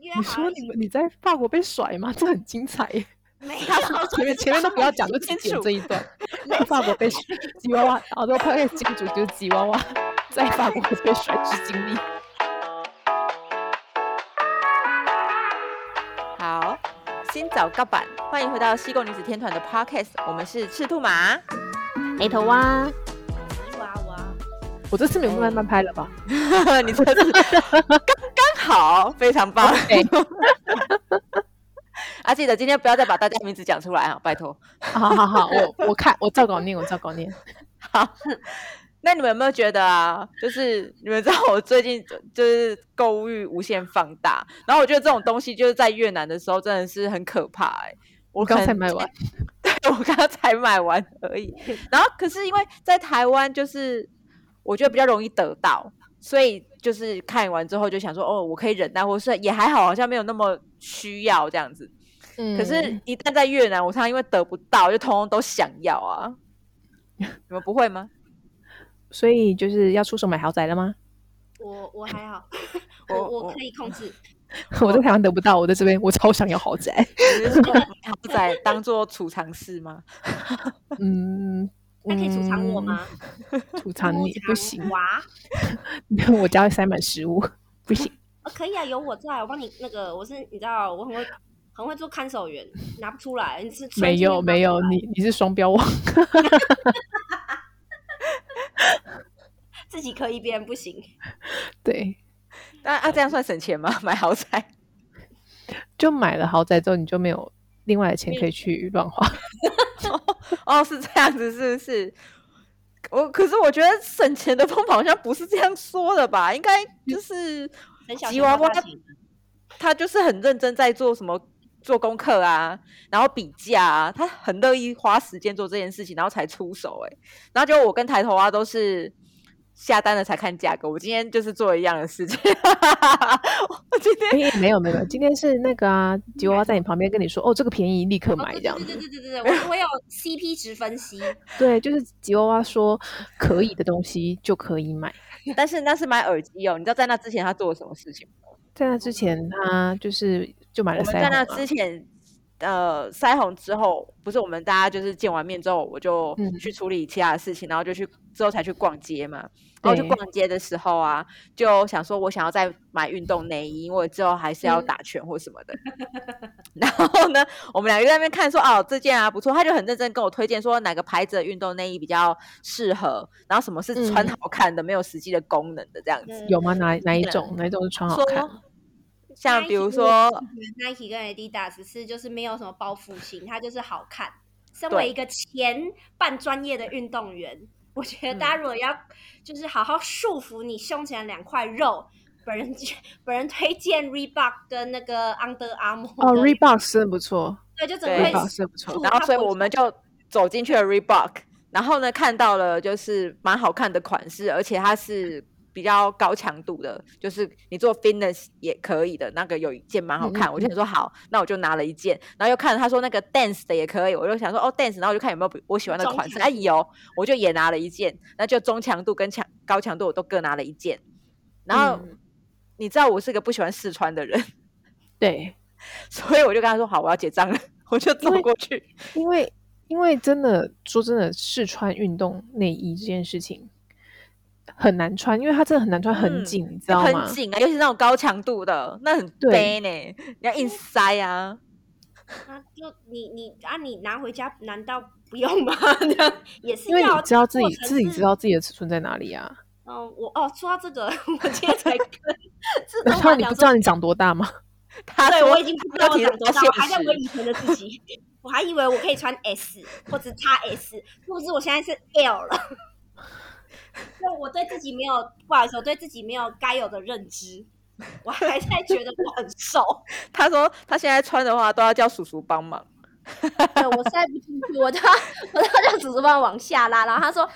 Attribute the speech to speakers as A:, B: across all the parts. A: 你
B: 啊
A: 说你们你在法国被甩吗？这很精彩耶！
C: 没
A: 他
B: 哦
A: 说前面前面都不要讲，就只剪这一 段。在法国被甩吉娃娃，然后最后拍个金主就是吉娃娃，在法国被甩之经历。
C: 好，新早告板，欢迎回到西贡女子天团的 podcast，我们是赤兔马。
D: 雷头蛙，
B: 哇哇，
A: 我这次没有慢
B: 哦
A: 慢拍了吧？
C: 你这是刚刚好，非常棒。 啊，记得今天不要再把大家名字讲出来啊，拜托。
A: 好好好，我我看我照稿念，我照稿念。
C: 好， 那你们有没有觉得啊？就是你们知道我最近就就是购物欲无限放大，然后我觉得这种东西就是在越南的时候真的是很可怕哎、我
A: 我
C: 可
A: 刚
C: 能
A: 才 买完，
C: 对我刚刚才买完 而已。然后可是因为在台湾，就是我觉得比较容易得到，所以就是看完之后就想说，哦，我可以忍耐，或是也还好，好像没有那么需要这样子。
A: 嗯
C: 可是，一旦在越南，我常常因为得不到，就通通都想要啊。你们不会吗？
A: 所以就是要出手买豪宅了吗？
B: 我我还好，
C: 我
B: 我
C: 我
B: 我可以控制。哦
A: 我在台湾得不到，我在这边我超想要 豪宅。
C: 你是说豪宅当做储藏室吗？
A: 嗯，
B: 那可以储藏我吗？
A: 嗯？吐槽你
B: 储藏
A: 不行，
B: 哇，
A: 我家塞满食物，不行。
B: 哦可以啊，有我在，我帮你那个，我是你知道，我很会很会做看守员，拿不出来，你是
A: 没有没有，你你是双标王，
B: 自己可以，别人不行。
A: 对，
C: 那啊，这样算省钱吗？ 买豪宅？
A: 就买了豪宅之后，你就没有另外的钱可以去乱花。
C: 哦，是这样子，是不是？我可是我觉得省钱的方法好像不是这样说的吧？应该就是
B: 很小
C: 吉
B: 心
C: 娃娃
B: 大型
C: 他就是很认真在做什么做功课啊，然后比价啊，他很乐意花时间做这件事情，然后才出手哎、然后就我跟抬头啊都是下单了才看价格，我今天就是做一样的事情， 我今天
A: 哎、没有没有，今天是那个 啊，吉娃娃在你旁边跟你说，哦，这个便宜，立刻买这样
B: 对对
A: 子。
B: 对对对对， 我我有 CP 值分析，
A: 对，就是吉娃娃说可以的东西就可以买。
C: 但是那是买耳机哦，你知道在那之前他做了什么事情吗？
A: 在那之前，他就是就买
C: 哦
A: 了
C: 我们
A: 腮
C: 在
A: 红、
C: 那
A: 啊。
C: 之前，呃，腮红之后，不是我们大家就是见完面之后，我就
A: 嗯
C: 去处理其他的事情，然后就去之后才去逛街嘛。然后去
A: 对
C: 逛街的时候啊，就想说我想要再买运动内衣，因为之后还是
A: 嗯
C: 要打拳或什么的。 然后呢，我们俩就在那边看说，哦，这件啊不错，他就很认真跟我推荐说哪个牌子的运动内衣比较适合，然后什么是穿
A: 嗯
C: 好看的，没有实际的功能的这样子。
A: 有吗？哪哪一
C: 对
A: 种？哪一种是穿好
C: 说
A: 看？
C: 像比如说
B: Nike 跟 Adidas 是就是没有什么包袱性，它就是好看。身
C: 对
B: 为一个前半专业的运动员，我觉得大
C: 嗯
B: 家如果要就是好好束缚你胸前两块肉，本人 本人推荐 Reebok 跟那个 Under Armour
A: 哦
B: 跟
A: ，Reebok 真的不错
B: 对，就整
C: 对
B: 个
A: ，Reebok
B: 会
A: 真的不错
B: 束。
C: 然后
B: 它
C: 所以
B: 不会
C: 我们就走进去了 Reebok，然后呢看到了就是蛮好看的款式，而且它是比较高强度的，就是你做 fitness 也可以的那个有一件蛮好看，
A: 嗯嗯
C: 我就想说好，那我就拿了一件，然后又看了他说那个 dance 的也可以，我就想说哦 dance，然后我就看有没有比我喜欢的
B: 中
C: 款式，
B: 强
C: 哎有，我就也拿了一件，那就中强度跟强高强度我都各拿了一件，然后、
A: 嗯
C: 你知道我是个不喜欢试穿的人，
A: 对，
C: 所以我就跟他说好，我要结账了， 我就走
A: 因为
C: 过去。
A: 因为因为真的说真的，试穿运动内衣这件事情很难穿，因为它真的很难穿很
C: 嗯
A: 紧，你知道吗
C: 很？紧啊，尤其是那种高强度的，那很
A: 对
C: 悲呢，你要
B: 嗯
C: 硬塞啊。
B: 啊，就你你啊，你拿回家难道不用吗？ 也是
A: 因为你
B: 要
A: 知道自
B: 过
A: 己
B: 程
A: 自己
B: 是
A: 知道自己的尺寸在哪里啊，
B: 嗯，我哦，说到这个， 我今天 才跟自动
A: 然后
B: 化
A: 你
B: 讲
A: 不知
B: 说，
A: 道你长多大吗？
C: 他
B: 对
C: 说
B: 我已经不知道我
C: 他提
B: 长
C: 到
B: 多大，我还在
C: 现
B: 我
C: 实
B: 以前的自己，我还以为我可以穿 S 或者 x S，殊不知我现在是 L 了。就我对自己没有不好意思，我对自己没有该有的认知，我还在觉得我很瘦，
C: 他说他现在穿的话都要叫叔叔帮忙。
B: 对我塞不进去，我就要我就要让叔叔帮我往下拉。然后他说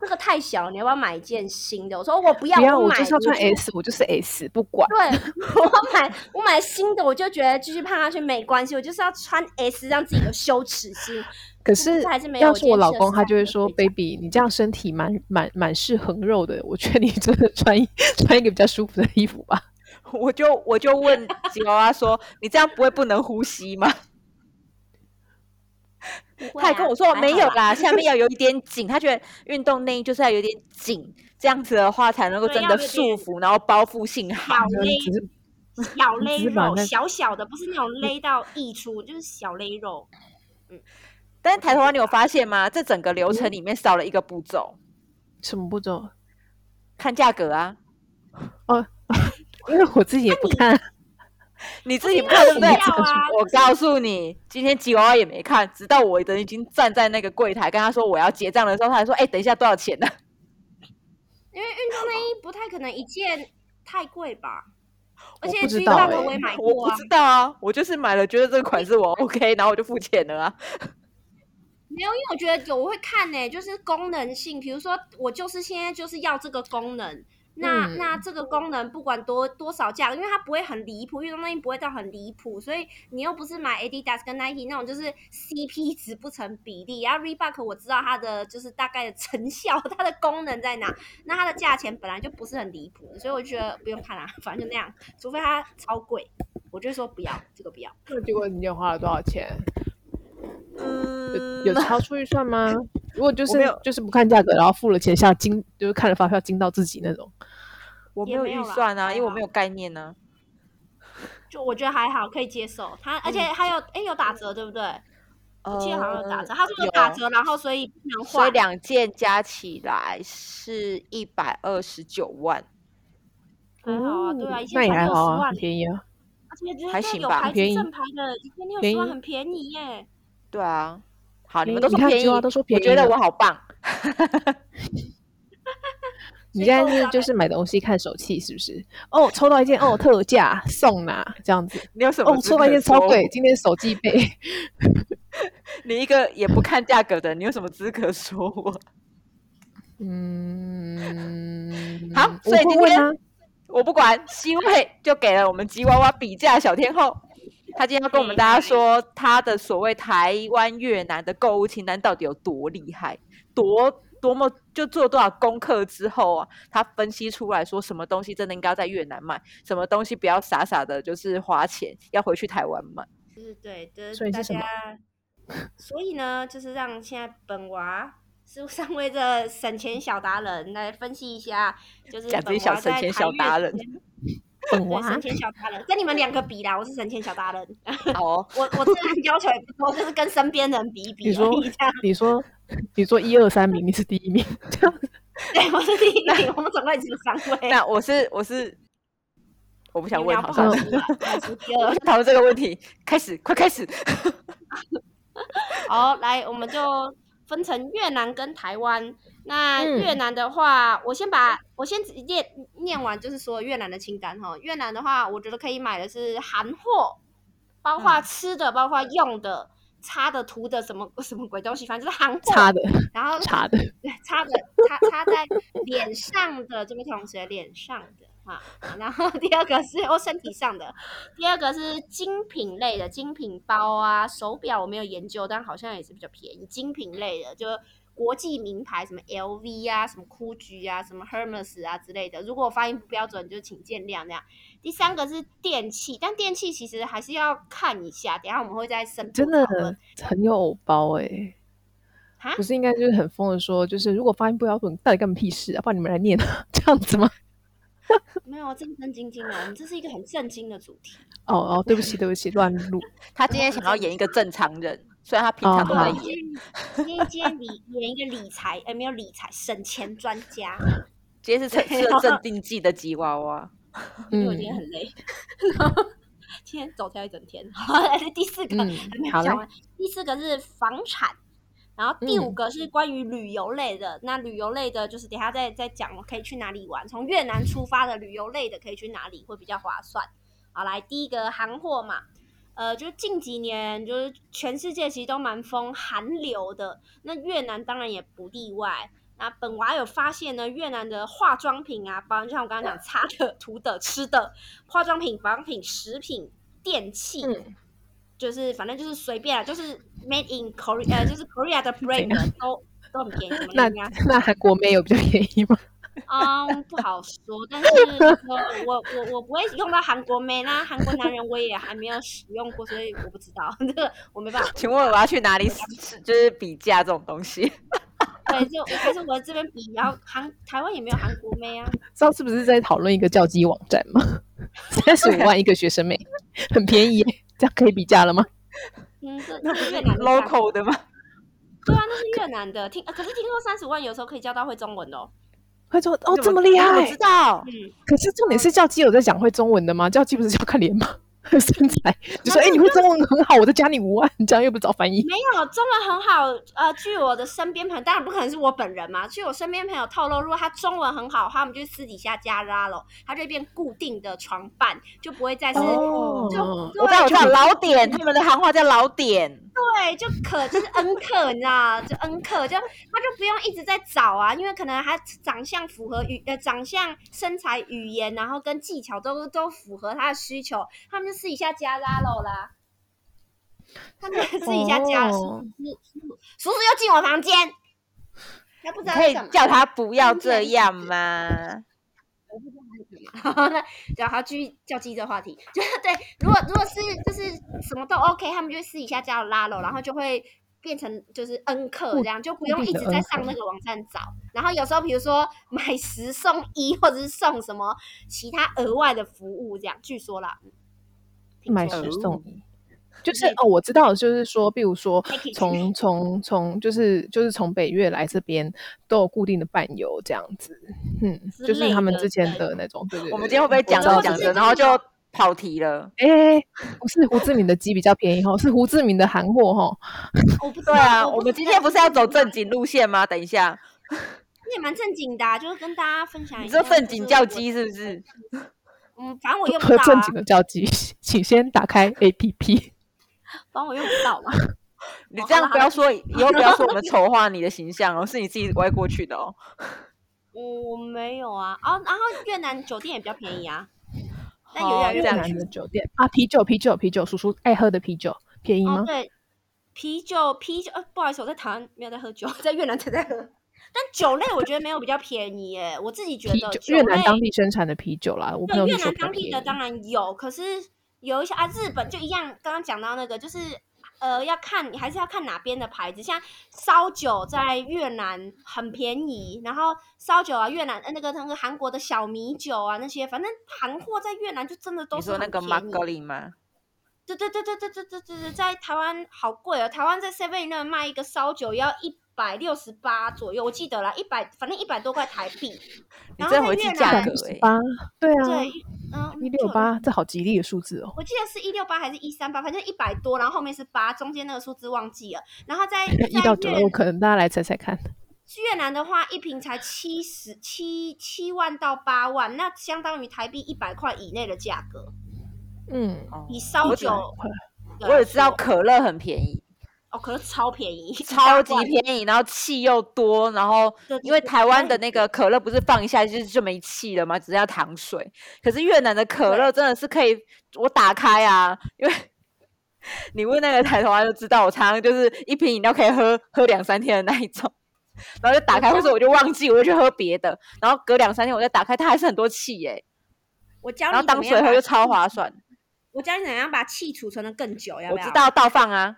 B: 这个太小，你要不要买一件新的？我说我不要，
A: 不要，我
B: 买
A: 就是要
B: 不
A: 穿
B: 起
A: S，我就是 S，不管。
B: 对，我买我买新的，我就觉得继续胖下去没关系，我就是要穿 S 让自己有羞耻心。
A: 可
B: 殊不
A: 是
B: 知还是没有
A: 要
B: 我
A: 是
B: 今
A: 我
B: 天
A: 老
B: 吃了
A: 公，他就会
B: 13
A: 说
B: 个水饺
A: ：“baby，你这样身体 满满满是横肉的，我劝你真的穿一穿一个比较舒服的衣服吧。
C: 我就我就问吉娃娃说：“你这样不会不能呼 吸吗？”
B: 不会
C: 他还
B: 啊
C: 跟我说
B: 还
C: 没
B: 好
C: 有
B: 啦
C: 啦，下面要有一点紧，他觉得运动内衣就是要有点紧，这样子的话才能够
B: 对
C: 真
B: 要
C: 的
B: 有
C: 束
B: 点
C: 缚，然后包覆性好。
B: 小
A: 就
B: 勒
A: 只是
B: 小勒
A: 只是把
B: 肉，
A: 那
B: 小小的，不是那种勒到溢出，就是小勒肉。
C: 但是抬头蛙，啊你有发现吗？这整个流程里面少了一个步骤，
A: 什么步骤？
C: 看价格啊，
A: 因为我自己也不 看，
C: 你自己不看对不对
B: 不要？啊，
C: 我告诉你，今天吉娃娃也没看，直到我已经站在那个柜台跟他说我要结账的时候，他还说：“哎、等一下多少钱呢、
B: 因为运动内衣不太可能一件太贵吧，而且
A: 我不知
B: G
A: 道
B: 大
A: 欸
B: 我也买
C: 我
B: 过
C: 不
B: 啊，
C: 知道啊，我就是买了，觉得这个款式我 OK，然后我就付钱了啊。
B: 没有，因为我觉得有我会看呢、就是功能性，比如说我就是现在就是要这个功能。那、
A: 嗯
B: 那这个功能不管多多少价格，因为它不会很离谱，运动内衣不会到很离谱，所以你又不是买 Adidas 跟 Nike 那种就是 CP 值不成比例。然后 Reebok 我知道它的就是大概的成效，它的功能在哪，那它的价钱本来就不是很离谱，所以我就觉得不用看啦、 反正就那样，除非它超贵，我就会说不要这个不要。
A: 那结果你又花了多少钱？
C: 嗯
A: 有有
B: 嗯
A: 超出预算吗？如果就是
C: 我没有
A: 就是不看价格，然后付了钱下惊，就是看了发票惊到自己那种。
C: 我没
B: 也
C: 有
B: 没有
C: 预
B: 啦
C: 算啊，
B: 还
C: 因为我
B: 好
C: 没有概念啊呢、
B: 就我觉得还好，可以接受。它而且还有哎、诶有打折对不对？
C: 啊。
B: 我记得好像有打折，
C: 呃
B: 他说有
A: 哦
B: 打，折，然后所以不能
C: 所以
B: 换。
C: 两件加起来是一百二十九万。
B: 还好啊，对啊，
A: 哦
B: 一件
A: 那也
B: 才
A: 还
B: 六十
A: 好啊，
B: 万
A: 很，便宜啊。
B: 而且就是
C: 还
B: 那
C: 行
B: 有
C: 吧
B: 牌
A: 便
B: 子
A: 宜
B: 正牌的，一件六
A: 便
B: 十万
A: 宜
B: 很便宜耶。
C: 对啊，好，你们
A: 便宜你
C: 都说
A: 看
C: 便宜，
A: Jiwa 都说便
C: 我觉得
A: 宜
C: 我好棒。
A: 你
B: 所以
A: 现在
B: 都是
A: 是
B: 要
A: 就
B: 买
A: 是买东西看手气是不是？哦，抽到一 件哦特价送啦，这样子。
C: 你有什么？
A: 哦，抽到一件超贵，，今天手机被。
C: 你一个也不看价格的，你有什么资格说我？
A: 嗯，
C: 好
A: 我
C: 所以
A: 会
C: 今
A: 问
C: 天
A: 啊
C: 我不管，C 位就给了我们吉娃娃比价小天后。她今天要跟我们大家说，她的所谓台湾越南的购物清单到底有多厉害，多多么就做多少功课之后啊，她分析出来说什么东西真的应该要在越南买，什么东西不要傻傻的，就是花钱要回去台湾买。
B: 就是 对，就
A: 所
B: 是
A: 以
B: 大
A: 是什么
B: 家， 所以呢，就是让现在本娃是上位的省钱小达人来分析一下，就是
C: 讲自
B: 本
C: 己小
B: 娃
C: 省
B: 在
C: 钱
B: 台
C: 小
B: 越
C: 达
B: 之
C: 人
B: 间
A: 本
B: 对，
A: 娃
B: 省钱小达人，跟你们两个比啦，我是省钱小达人。
C: 好哦，
B: 我我自然要求也不多，就是跟身边人比一比
A: 你
B: 而
A: 说
B: 已。这样，
A: 你说你说一二三名，你是第一名，这样
B: 对，我是第一名，我们总共也只有三位。
C: 那我是我是，我不想
B: 你
C: 问，
B: 们俩
C: 好
B: 不
C: 算
B: 好
C: 了
A: 嗯。
B: 输啊，我是第
C: 我
B: 二
C: 们。讨论这个问题，开始，快开始。
B: 好，来，我们就分成越南跟台湾。那
A: 嗯
B: 越南的话，我先把我先直接念完，就是说越南的清单哈。越南的话，我觉得可以买的是韩货，包括吃的，包括用的、擦的、涂的，什么什么鬼东西，反正就是韩货。
A: 差的
B: 然后
A: 差 的。
B: 对， 擦的擦擦在脸上的这位同学脸上的哈，然后第二个是哦身体上的，第二个是精品类的精品包啊，手表我没有研究，但好像也是比较便宜，精品类的就。国际名牌什么 LV 啊，什么 GUCCI 啊，什么 Hermes 啊之类的，如果我发音不标准，就请见谅。这样，第三个是电器，但电器其实还是要看一下，等一下我们会再深入
A: 真的
B: 讨论
A: 很有偶包哎、
B: 哈
A: 不是应该就是很疯的说，就是如果发音不标准，到底干我们屁事啊？不然你们来念啊， 这样子吗？
B: 没有正正经经的，哦我们这是一个很正经的主题。
A: 哦哦，对不起对不起，乱 录。
C: 他今天想要演一个正常人，虽然他平常
A: 哦
C: 都
A: 好
C: 在
B: 对，
C: 演。
B: 今天今天理演一个理财，哎，没有理财，省钱专家，
C: 今天是吃吃了镇定剂的吉娃娃，
B: 因为我
A: 嗯
B: 今天很累， 然后今天走跳一整天。 好，第四个、
A: 嗯
B: 还没，有
A: 好嘞
B: 讲，完，第四个是房产。然后第五
A: 嗯
B: 个是关于旅游类的，那旅游类的就是等一下再再讲，可以去哪里玩。从越南出发的旅游类的可以去哪里会比较划算？好，来第一个韩货嘛，呃，就是近几年就是全世界其实都蛮疯韩流的，那越南当然也不例外。那啊本娃有发现呢，越南的化妆品啊，包括就像我刚刚讲擦的、 涂的、吃的，化妆品、保养品、食品、电器，
A: 嗯
B: 就是反正就是随便啊，就是 made in 啊 Korea，呃，就是 Korea 的 brand 的都都很便宜。什么
A: 那
B: 人家
A: 那韩国妹有比较便宜吗？
B: 嗯，不好说，但是我我我我不会用到韩国妹啦，韩国男人我也还没有使用过，所以我不知道 这个我没办法。
C: 请问我要去哪里试？就是比价这种东西？
B: 对，就我还是我这边比，然后韩台湾也没有韩国妹啊，
A: 上次不是在讨论一个叫鸡网站吗？ 三十五万一个学生妹，很便宜耶，这样可以比价了吗？
B: 嗯，这
C: 那
B: 那
C: 不
B: 是
C: 是
B: 越南的吧
C: local 的吗？
B: 对啊，那是越南的。听，啊可是听说三十万有时候可以交到会中文的哦。
A: 会说哦
C: 你
A: 这
C: 怎
A: 么厉
C: 你怎
A: 害
C: 知，道
B: 嗯，
A: 可是重点是叫基友在讲会中文的吗？叫基不是叫看脸吗？ 身材就说哎、你会中文很好，我再加你五万，这样又不找翻译。
B: 没有，中文很好。呃，据我的身边朋友，当然不可能是我本人嘛。据我身边朋友透露，如果他中文很好的话，我们就私底下加拉喽，他就会变固定的床伴，就不会再是、
C: 哦
B: 就
C: 我知道，我知
B: 对
C: 道，老点，他们的行话叫老点。
B: 对，就可就是恩客， 你知道，就恩客，就他就不用一直在找啊，因为可能他长相符合语呃长相、身材、语言，然后跟技巧都都符合他的需求，他们就私底下加拉喽啦。他们私底下加叔
A: 哦
B: 叔叔又进我房间，他不知
C: 你
B: 道
C: 可
B: 在
C: 以
B: 干嘛
C: 叫他不要
B: 真
C: 这
B: 的是
C: 样吗？
B: 那然后他继续叫鸡这个话题， 就是对，如果如果是就是什么都 OK，他们就会私底下叫拉拢，然后就会变成就是恩客这样，就不用一直在上那个网站找。然后有时候比如说 买十送一，或者是送什么其他额外的服务这样，据说啦，嗯听
A: 买
B: 说
A: 十
B: 的
A: 送一，就是哦，我知道，就是说，比如说
B: Package
A: 从从从，就是就是从北越来这边都有固定的伴游这样子，嗯，
B: 之
A: 就是
B: 类
A: 他们
B: 的
A: 之前
B: 对
A: 的那种，对对对。
C: 我们今天会不会
A: 我
C: 讲
A: 知道
B: 到
C: 着
A: 这
C: 讲
A: 个
C: 着，然后就跑题了？
A: 哎，不是胡志明的鸡比较便宜哦，是胡志明的韩货哦。
B: 我不知道
C: 对啊，我
B: 我
C: 们今天不是要走正经路线吗？等一下，
B: 你也蛮正经的、啊，就是跟大家分享
C: 你
B: 一
C: 这
B: 下。
C: 正经
B: 就是
C: 叫
B: 我，
C: 鸡是不是？
B: 嗯，反正我用不
A: 喝
B: 到、啊，
A: 正经的叫鸡，请先打开 APP。
B: 反正我用不到嘛。
C: 你
B: 哦
C: 这
B: 好
C: 样
B: 了
C: 不要
B: 好
C: 说，以后不要说我们丑化你的形象哦，是你自己歪过去的哦。
B: 我没有啊，哦，然后越南酒店也比较便宜啊，但有
C: 哦
B: 越来越
A: 越
C: 这样
A: 南的酒店啊，啤酒，啤酒，啤酒，叔叔爱喝的啤酒，便宜
B: 哦
A: 吗？
B: 对，啤酒啤酒、呃，不好意思，我在台湾没有在喝酒，在越南才在喝。但酒类我觉得没有比较便宜耶，我自己觉
A: 啤
B: 得
A: 酒，
B: 酒
A: 越南
B: 类
A: 当地生产的啤酒啦，我朋
B: 对
A: 友
B: 越
A: 是
B: 南
A: 说比较
B: 当
A: 便
B: 地
A: 宜
B: 的。当然有，可是有一些啊，日本就一样，刚刚讲到那个就是。呃，要看还是要看哪边的牌子，像烧酒在越南很便宜，然后烧酒啊，越南呃那个那个韩国的小米酒啊那些，反正韩货在越南就真的都
C: 你
B: 是
C: 说那
B: 很
C: 个
B: 便
C: 马
B: 宜
C: 格里吗？
B: 对对对对对对对对对，在台湾好贵哦，台湾在 Seven 那卖一个烧酒要一百六十八左右，我记得啦，一百反正一百多块台币。
C: 你
B: 然
C: 真
B: 后在
C: 的会记
B: 越
C: 价
B: 南
C: 格
A: 六十
C: 哎、
A: 八，对啊，
B: 对，嗯，
A: 一
B: 就
A: 六
B: 有，
A: 八，这好吉利的数字 哦。
B: 我记得是一六八还是一三八，反正一百多，然后后面是八，中间那个数字忘记了。然后 在
A: 一到九
B: 在
A: 了，我
B: 越
A: 可能大家来猜猜看。
B: 越南的话，一瓶才七十七七万到八万，那相当于台币一百块以内的价格。
A: 嗯，
C: 哦
B: 以烧
C: 我
B: 酒
A: 快
B: 的
C: 我
B: 来
C: 也知道
B: 说
C: 可乐很便宜，
B: 哦，可是超便宜，
C: 超
B: 大
C: 级
B: 罐
C: 便宜，然后气又多，然后
B: 对
C: 因为
B: 对
C: 台湾的
B: 对
C: 那个可乐不是放一下就是就没气了吗？只剩下糖水。可是越南的可乐真的是可以，我打开啊，因为你问那个台头啊就知道，我常常就是一瓶饮料可以喝喝两三天的那一种，然后就打开，或者我就忘记，我就去喝别的，然后隔两三天我再打开，它还是很多气耶、
B: 我教
C: 然后
B: 你怎
C: 当
B: 么
C: 水
B: 样啊
C: 喝
B: 把
C: 就超划算。
B: 我教你怎样把气储存的更久，要
C: 我
B: 不要？
C: 知，道倒放啊，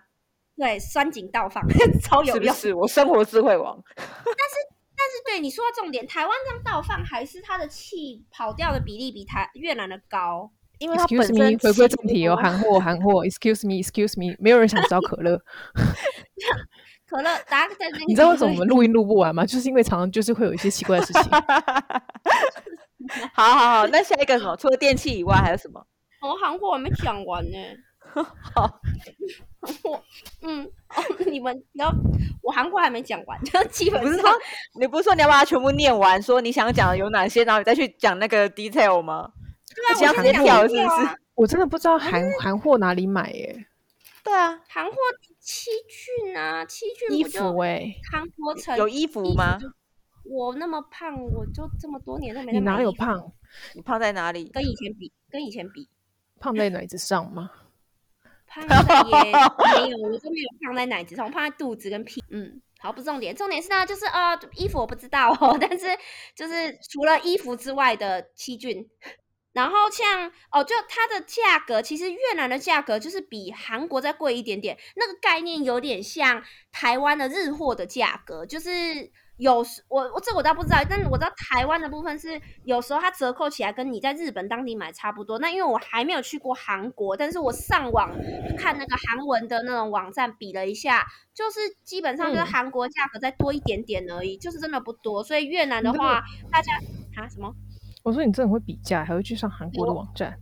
B: 对，酸碱倒 放超有
C: 是不
B: 用。
C: 是？我生活智慧王。
B: 但是对你说到重点，台湾这样倒放还是它的气跑掉的比例比台越南的高。
C: 因为它本
A: Excuse
C: 身
A: me，回归
C: 气
A: 正题
B: 啊
A: 哦，
C: 多
A: 韩货韩货，Excuse me，Excuse me，没有人想知道可乐。
B: 可乐，大家在那
A: 你知道为什么我们录音录不完吗？就是因为常常就是会有一些奇怪 的事情。
C: 好好好，那下一个什么？除了电器以外还有什 么？
B: 我韩国还没讲完呢、韩国，嗯，哦，你们然后我韩国还没讲完，就基本
C: 不是
B: 上
C: 说你不是说你要把它全部念完，说你想讲的有哪些，然后你再去讲那个 detail 吗？
B: 对啊，
C: 而且
B: 我就
C: 要直接
B: 讲
C: 跳是
B: 掉啊
C: 不是？
A: 我真的不知道韩韩货哪里买耶，
C: 对啊，
B: 韩货七郡啊，七郡
A: 衣
B: 我就
A: 服哎，
B: 韩国城
C: 有衣服吗？
B: 就？我那么胖，我就这么多年都没
A: 你
B: 在买
A: 哪有
B: 衣服？
A: 胖？
C: 你胖在哪里？
B: 跟以前比，跟以前比，
A: 胖在奶子上吗？
B: 胖在也没有，我都没有胖在奶子上，我胖在肚子跟屁。嗯，好，不是重点，重点是呢，就是呃，衣服我不知道哦， 但是就是除了衣服之外的七菌，然后像哦，就它的价格，其实越南的价格就是比韩国再贵一点点，那个概念有点像台湾的日货的价格，就是有时我我这我倒不知道，但是我知道台湾的部分是有时候它折扣起来跟你在日本当地买差不多。那因为我还没有去过韩国，但是我上网看那个韩文的那种网站比了一下，就是基本上就是
A: 嗯
B: 韩国价格再多一点点而已，就是真的不多。所以越南的
A: 你这
B: 话，大家啊什么？
A: 我说你真的会比价，还会去上韩国的网站。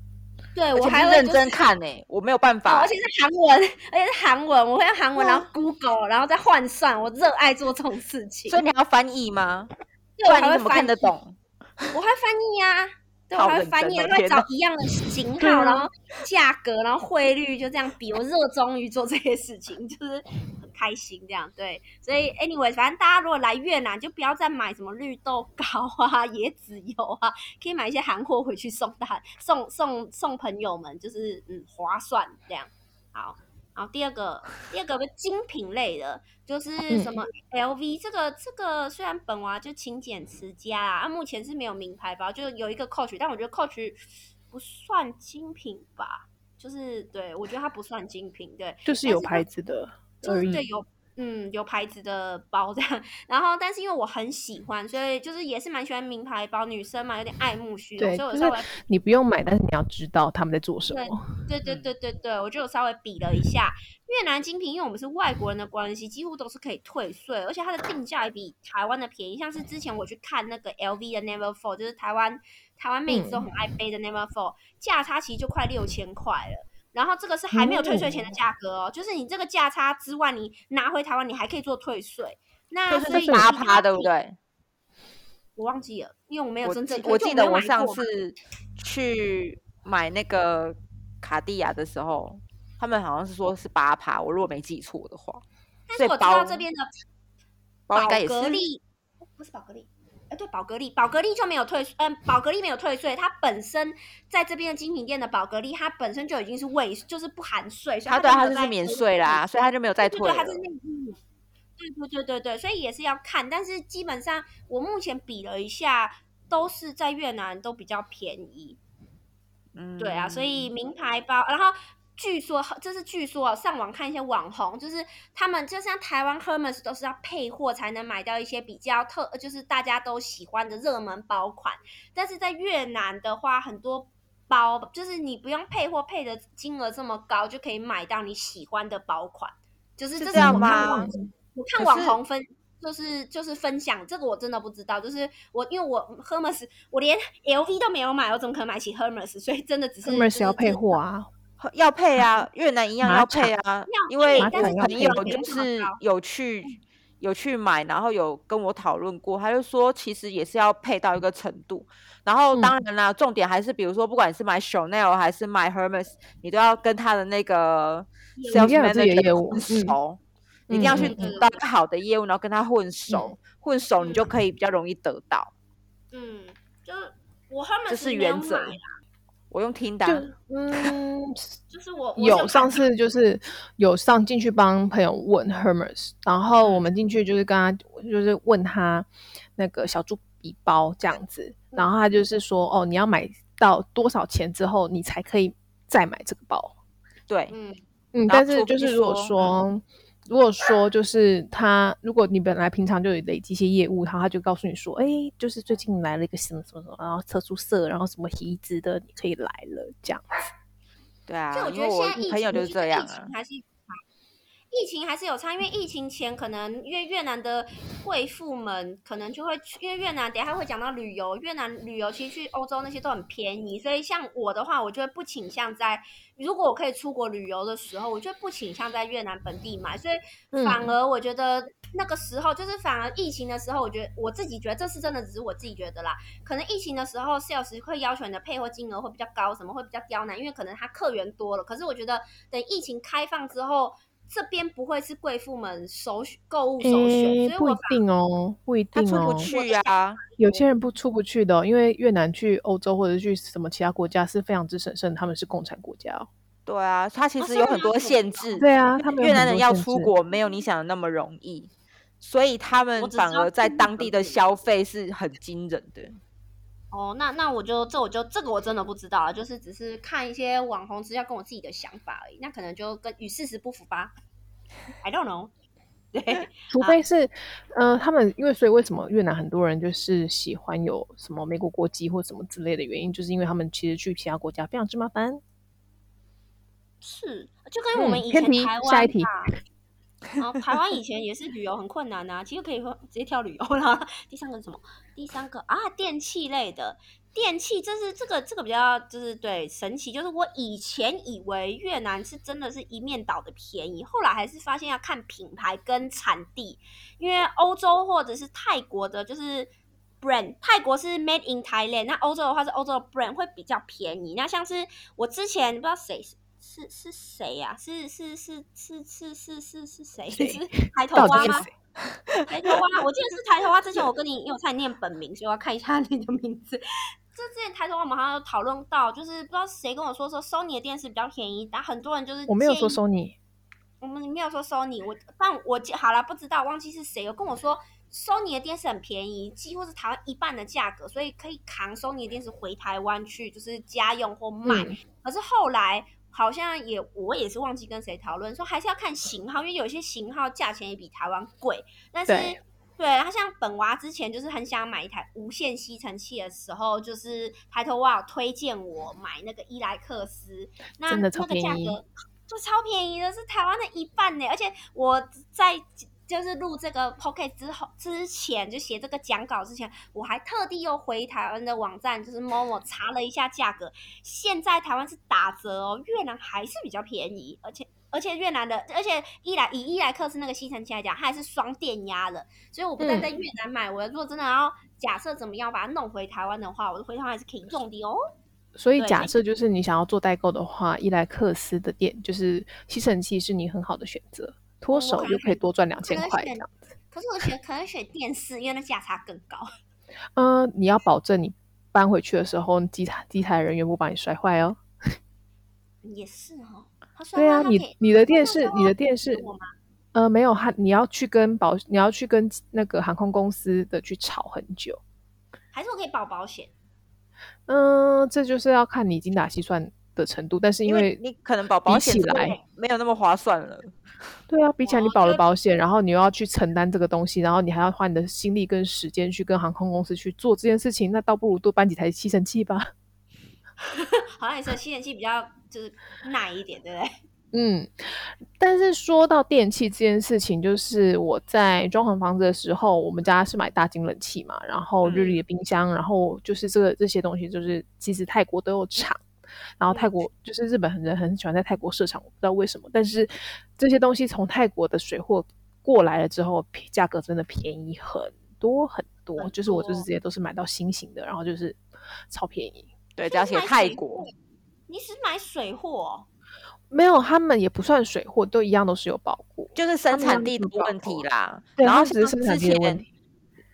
B: 对
C: 而
B: 我
C: 且
B: 还
C: 是
B: 会
C: 认
B: 就是
C: 真看呢、我没有办
B: 哦
C: 法
B: 而且，是韩文，而且是韩文，我会用韩文，然后 Google，然后再换算。我热爱做这种事情，
C: 所以你还要翻译吗？
B: 对我
C: 不然
B: 还
C: 你
B: 会
C: 怎么看
B: 翻
C: 得
B: 译，
C: 懂？
B: 我会翻译啊，对，我
C: 好
B: 还会
C: 认
B: 翻
C: 真
B: 译，
C: 哦
B: 然后会
C: 天哪
B: 找一样的型
A: 对啊
B: 号，然后价格，然后汇率，就这样比。我热衷于做这些事情， 就是很开心这样。对，所以 anyway，反正大家如果来越南，就不要再买什么绿豆糕啊、椰子油啊，可以买一些韩货回去送大送送送朋友们，就是嗯划算这样。好，然后第二个第二个精品类的，
C: 嗯
B: 就是什么 LV 这个这个虽然本娃就勤俭持家啊，啊目前是没有名牌包，就有一个 Coach，但我觉得 Coach 不算精品吧，就是对我觉得它不算精品，对，
A: 就是
B: 但
A: 有
B: 是
A: 牌
B: 它
A: 子的
B: 就
A: 而
B: 是
A: 已。
B: 对有嗯有牌子的包这样。然后，但是因为我很喜欢，所以就是也是蛮喜欢名牌包，女生嘛有点爱慕虚荣，
A: 对，
B: 所以我
A: 就
B: 稍
A: 是
B: 微
A: 你不用买，但是你要知道他们在做什
B: 对
A: 么。
B: 对对
C: 嗯
B: 对对对，我就有稍微比了一下越南精品，因为我们是外国人的关系，几乎都是可以退税，而且它的定价也比台湾的便宜。像是之前我去看那个 LV 的 Never Fall，就是台湾台湾妹子
C: 嗯
B: 都很爱背的 Never Fall，、价差其实就快六千块了。然后这个是还没有退税前的价格哦，就是你这个价差之外，你拿回台湾你还可以做退税。那
C: 就
B: 所以
C: 是八
B: 其实
C: 趴，对不对？
B: 我忘记了，因为我没有
C: 我
B: 真正
C: 记
B: 退
C: 我
B: 就
C: 记
B: 没
C: 得
B: 有
C: 我
B: 买
C: 上
B: 过嘛
C: 次去买那个卡地亚的时候，他们好像是说是八趴，我如果没记错的话，
B: 但是
C: 所以
B: 我知
C: 包
B: 道这边的
C: 包应该也
B: 宝格
C: 是
B: 丽，哦不是宝格丽，哎，对，宝格丽，宝格丽就没有退税，嗯，宝格丽没有退税，它本身在这边的精品店的宝格丽，它本身就已经是未，就是不含税，所以
C: 他对啊
B: 它没
C: 他
B: 有
C: 就是
B: 在
C: 免
B: 退
C: 税啦，所以他就没有再
B: 对
C: 退
B: 对对，它
C: 了
B: 是。内衣。对对对对对，所以也是要看，但是基本上我目前比了一下，都是在越南都比较便宜。
C: 嗯
B: 对啊，所以名牌包，然后据说这是据说、哦，上网看一些网红，就是他们就像台湾 Hermes 都是要配货才能买到一些比较特，呃就是大家都喜欢的热门包款，但是在越南的话，很多。包就是你不用配货，配的金额这么高就可以买到你喜欢的包款，就是
C: 是
B: 这
C: 这
B: 是
C: 样
B: 我看
C: 吗
B: 网我看
C: 可
B: 网
C: 是
B: 红分就是就是分享，这个我真的不知道。就是我因为我 Hermes，我连 LV 都没有买，我怎么可能买起 Hermes？所以真的只是
A: Hermes 要配货
B: 啊。
A: 啊，
C: 要配啊，越南一样
A: 马
C: 要配啊，因
B: 要配
C: 为
A: 马
C: 但是
A: 场要
C: 朋
A: 配
C: 友
B: 马
C: 就
B: 场
C: 是
B: 要
C: 有去
B: 嗯
C: 有去买，然后有跟我讨论过，他就说其实也是要配到一个程度，然后当
A: 嗯
C: 然啦，重点还是比如说不管是买 Chanel 还是买 Hermes，你都要跟他的那个
B: 业务
C: sales
A: 一定要有自己的
C: manager
A: 业务嗯
C: 混熟。你一定要去
A: 嗯
B: 嗯嗯
C: 找一个好的业务，然后跟他混熟，混熟你就可以比较容易得到，
B: 嗯，就是我 Hermes
C: 这是
B: 没有
C: 原则
B: 买啦。
C: 我用听的啊，
A: 就嗯，
B: 就是我我
A: 有上
B: 次
A: 次就是有上进去帮朋友问 Hermes，然后我们进去就是跟他就是问他那个小猪皮包这样子，然后他就是说哦，你要买到多少钱之后你才可以再买这个包。
C: 对，
B: 嗯
A: 嗯，
C: 然
A: 但
C: 后
A: 是
C: 除
A: 就
C: 非
A: 是如果
C: 说
A: 说，嗯如果说就是他，如果你本来平常就有累积一些业务，然后他就告诉你说，哎，就是最近来了一个什么什么什么，然后特殊色，然后什么皮质的，你可以来了，这样。
C: 对啊
B: 所以我，觉
C: 因为
B: 得
C: 我
B: 现在疫情
C: 朋友就是
B: 其实
C: 这样
B: 疫
C: 啊
B: 情，还是有差疫情还是有差，因为疫情前可能因为越南的贵妇们可能就会去，因为越南等一下会讲到旅游，越南旅游其实去欧洲那些都很便宜，所以像我的话，我就会不倾向在如果我可以出国旅游的时候，我就不倾向在越南本地买，所以反
C: 嗯
B: 而我觉得那个时候就是反而疫情的时候，我觉得我自己觉得这是真的，只是我自己觉得啦，可能疫情的时候，sales 会要求你的配货金额会比较高，什么会比较刁难，因为可能他客源多了。可是我觉得等疫情开放之后，这边不会是贵妇们首选购物首选，
A: 诶
B: 所以
A: 不
B: 我
A: 一定哦，不一
C: 他
A: 定
C: 出
A: 哦
C: 不。去啊，
A: 有些人不出不去的哦、因为越南去欧洲或者去什么其他国家是非常之神圣，他们是共产国家哦。
C: 对啊，它其
B: 哦
C: 实
B: 是
C: 有
B: 吗
C: 很多
B: 我不知
C: 限
B: 道
C: 制。
A: 对啊，他们有
C: 越
A: 很
C: 南
A: 多
C: 人要
A: 限
C: 出
A: 制，
C: 国没有你想的那么容易，所以他们
B: 我只知
C: 反
B: 道
C: 而在
B: 日
C: 当
B: 本
C: 地的
B: 而已
C: 消费是很惊人的。
B: 哦，那那我就这我就这个我真的不知道啊，就是只是看一些网红资料跟我自己的想法而已，那可能就跟与事实不符吧。I don't know。对，
A: 除非是，呃，他们因为所以为什么越南很多人就是喜欢有什么美国国籍或什么之类的原因，就是因为他们其实去其他国家非常之麻烦。
B: 是就跟我们
A: 嗯
B: 以
A: 偏
B: 前
A: 题
B: 台湾、
A: 下一题。
B: 啊，台湾以前也是旅游很困难啊，其实可以说直接跳旅游啦。第三个是什么？第三个啊，电器类的。电器，这是这个这个比较就是对神奇，就是我以前以为越南是真的是一面倒的便宜，后来还是发现要看品牌跟产地，因为欧洲或者是泰国的，就是 brand，泰国是 made in Thailand，那欧洲的话是欧洲的 brand 会比较便宜。那像是我之前不知道谁是是是谁呀、是是是是是是是是谁？
A: 谁
B: 是抬头
A: 到
B: 蛙
A: 底是
B: 吗？
A: 谁？
B: 抬头蛙，我记得是抬头蛙。之前我跟你，因为我差点念本名，所以我要看一下 你的名字。就之前抬头蛙，我们好像有讨论到，就是不知道谁跟我说说 Sony 的电视比较便宜，但很多人就是
A: 我没有
B: 建
A: 说
B: 议
A: 收你，
B: 我们没有说 Sony，我但我记好了，不知道忘记是谁有跟我说 Sony 的电视很便宜，几乎是台湾一半的价格，所以可以扛 Sony 的电视回台湾去，就是家用或卖。
A: 嗯，
B: 可是后来好像也我也是忘记跟谁讨论，说还是要看型号，因为有些型号价钱也比台湾贵。但是
A: 对
B: 对，他像本娃之前就是很想买一台无线吸尘器的时候，就是抬头娃有推荐我买那个伊莱克斯，那
A: 真
B: 那
A: 的超
B: 个价
A: 便宜
B: 格就超便宜的，是台湾的一半呢。而且我在。就是录这个 p o c k e t 之后之前，就写这个讲稿之前，我还特地又回台湾的网站，就是 Momo 查了一下价格，现在台湾是打折哦，越南还是比较便宜，而且而且越南的，而且伊莱以伊莱克斯那个吸尘器来讲，它还是双电压的，所以我不但
A: 嗯
B: 在越南买，我如果真的要假设怎么样把它弄回台湾的话，我的回台湾还是可以用的哦。
A: 所以
B: 对
A: 假设就是你想要做代购的话，伊莱克斯的店就是吸尘器是你很好的选择，脱
B: 我
A: 手
B: 可能
A: 就可以多赚两千
B: 可能
A: 块哦这
B: 选
A: 样。
B: 可是我选可能选电视，因为那价差更高。
A: 呃，你要保证你搬回去的时候，机台机台人员不把你摔坏哦。
B: 也是哦，他说
A: 对啊，
B: 他
A: 你你的电视，你的电
B: 是
A: 视，
B: 我吗？
A: 呃，没有，他你要去跟保，你要去跟那个航空公司的去吵很久。
B: 还是我可以保保险？
A: 嗯、这就是要看你精打细算的程度，但是
C: 因
A: 因为
C: 你可能保保
A: 比
C: 险
A: 起
C: 真的
A: 来
C: 没有那么划算了。
A: 对啊，比起来你
B: 我
A: 保了
B: 就
A: 保险，然后你又要去承担这个东西，然后你还要花你的心力跟时间去跟航空公司去做这件事情，那倒不如多搬几台吸尘器吧。
B: 好像也是吸尘器比较就是耐一点，对不对？
A: 嗯，但是说到电器这件事情，就是我在装潢房子的时候，我们家是买大金冷气嘛，然后
B: 嗯
A: 日立的冰箱，然后就是这个这些东西，就是其实泰国都有厂，然后泰国就是日本人很喜欢在泰国设厂，我不知道为什么，但是这些东西从泰国的水货过来了之后，便价格真的便宜很多很多，
B: 很
A: 就是我就是
B: 多
A: 直接都是买到新型的，然后就是超便宜。
C: 对，加
B: 是
C: 起来
B: 买
C: 泰
B: 水
C: 国
B: 货你只买水货哦、
A: 没有，他们也不算水货，都一样都是有保护。
C: 就是
A: 他
C: 生
A: 们
C: 产
A: 让
C: 地
A: 你
C: 的
A: 去保
C: 问题
A: 护
C: 啦。
A: 对
C: 然
A: 他
C: 后
A: 只是
C: 像
A: 生
C: 之
A: 产地的问
C: 前
A: 题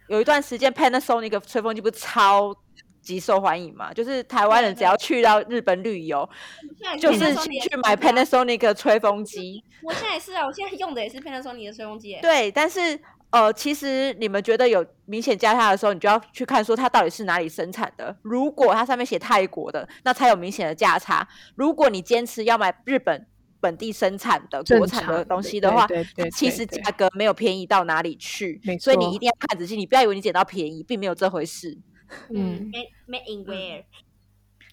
C: 有一段时间 Panasonic 的吹风机不是超级受欢迎嘛？就是台湾
B: 对
C: 人只
B: 对
C: 要去到日本旅游，就
B: 现在
C: 是
B: 说你
C: 去
B: 也
C: 去
B: 是啊
C: 买
B: 这样
C: Panasonic 的吹风机。
B: 我现在也是啊，我现在用的也是 Panasonic 的吹风机啊耶。
C: 对，但是呃，其实你们觉得有明显加差的时候，你就要去看说它到底是哪里生产的。如果它上面写泰国的，那才有明显的价差。如果你坚持要买日本本地生产的国
A: 正
C: 产
A: 常
C: 的东
A: 的
C: 西的
A: 对
C: 话，
A: 对
C: 它
A: 对
C: 其
A: 对
C: 实
A: 对
C: 价格没有便宜到哪里去
A: 没，
C: 所以你
A: 错
C: 一定要看仔细，你不要以为你捡到便宜，并没有这回事。
A: 嗯，
B: ，Made Made in where？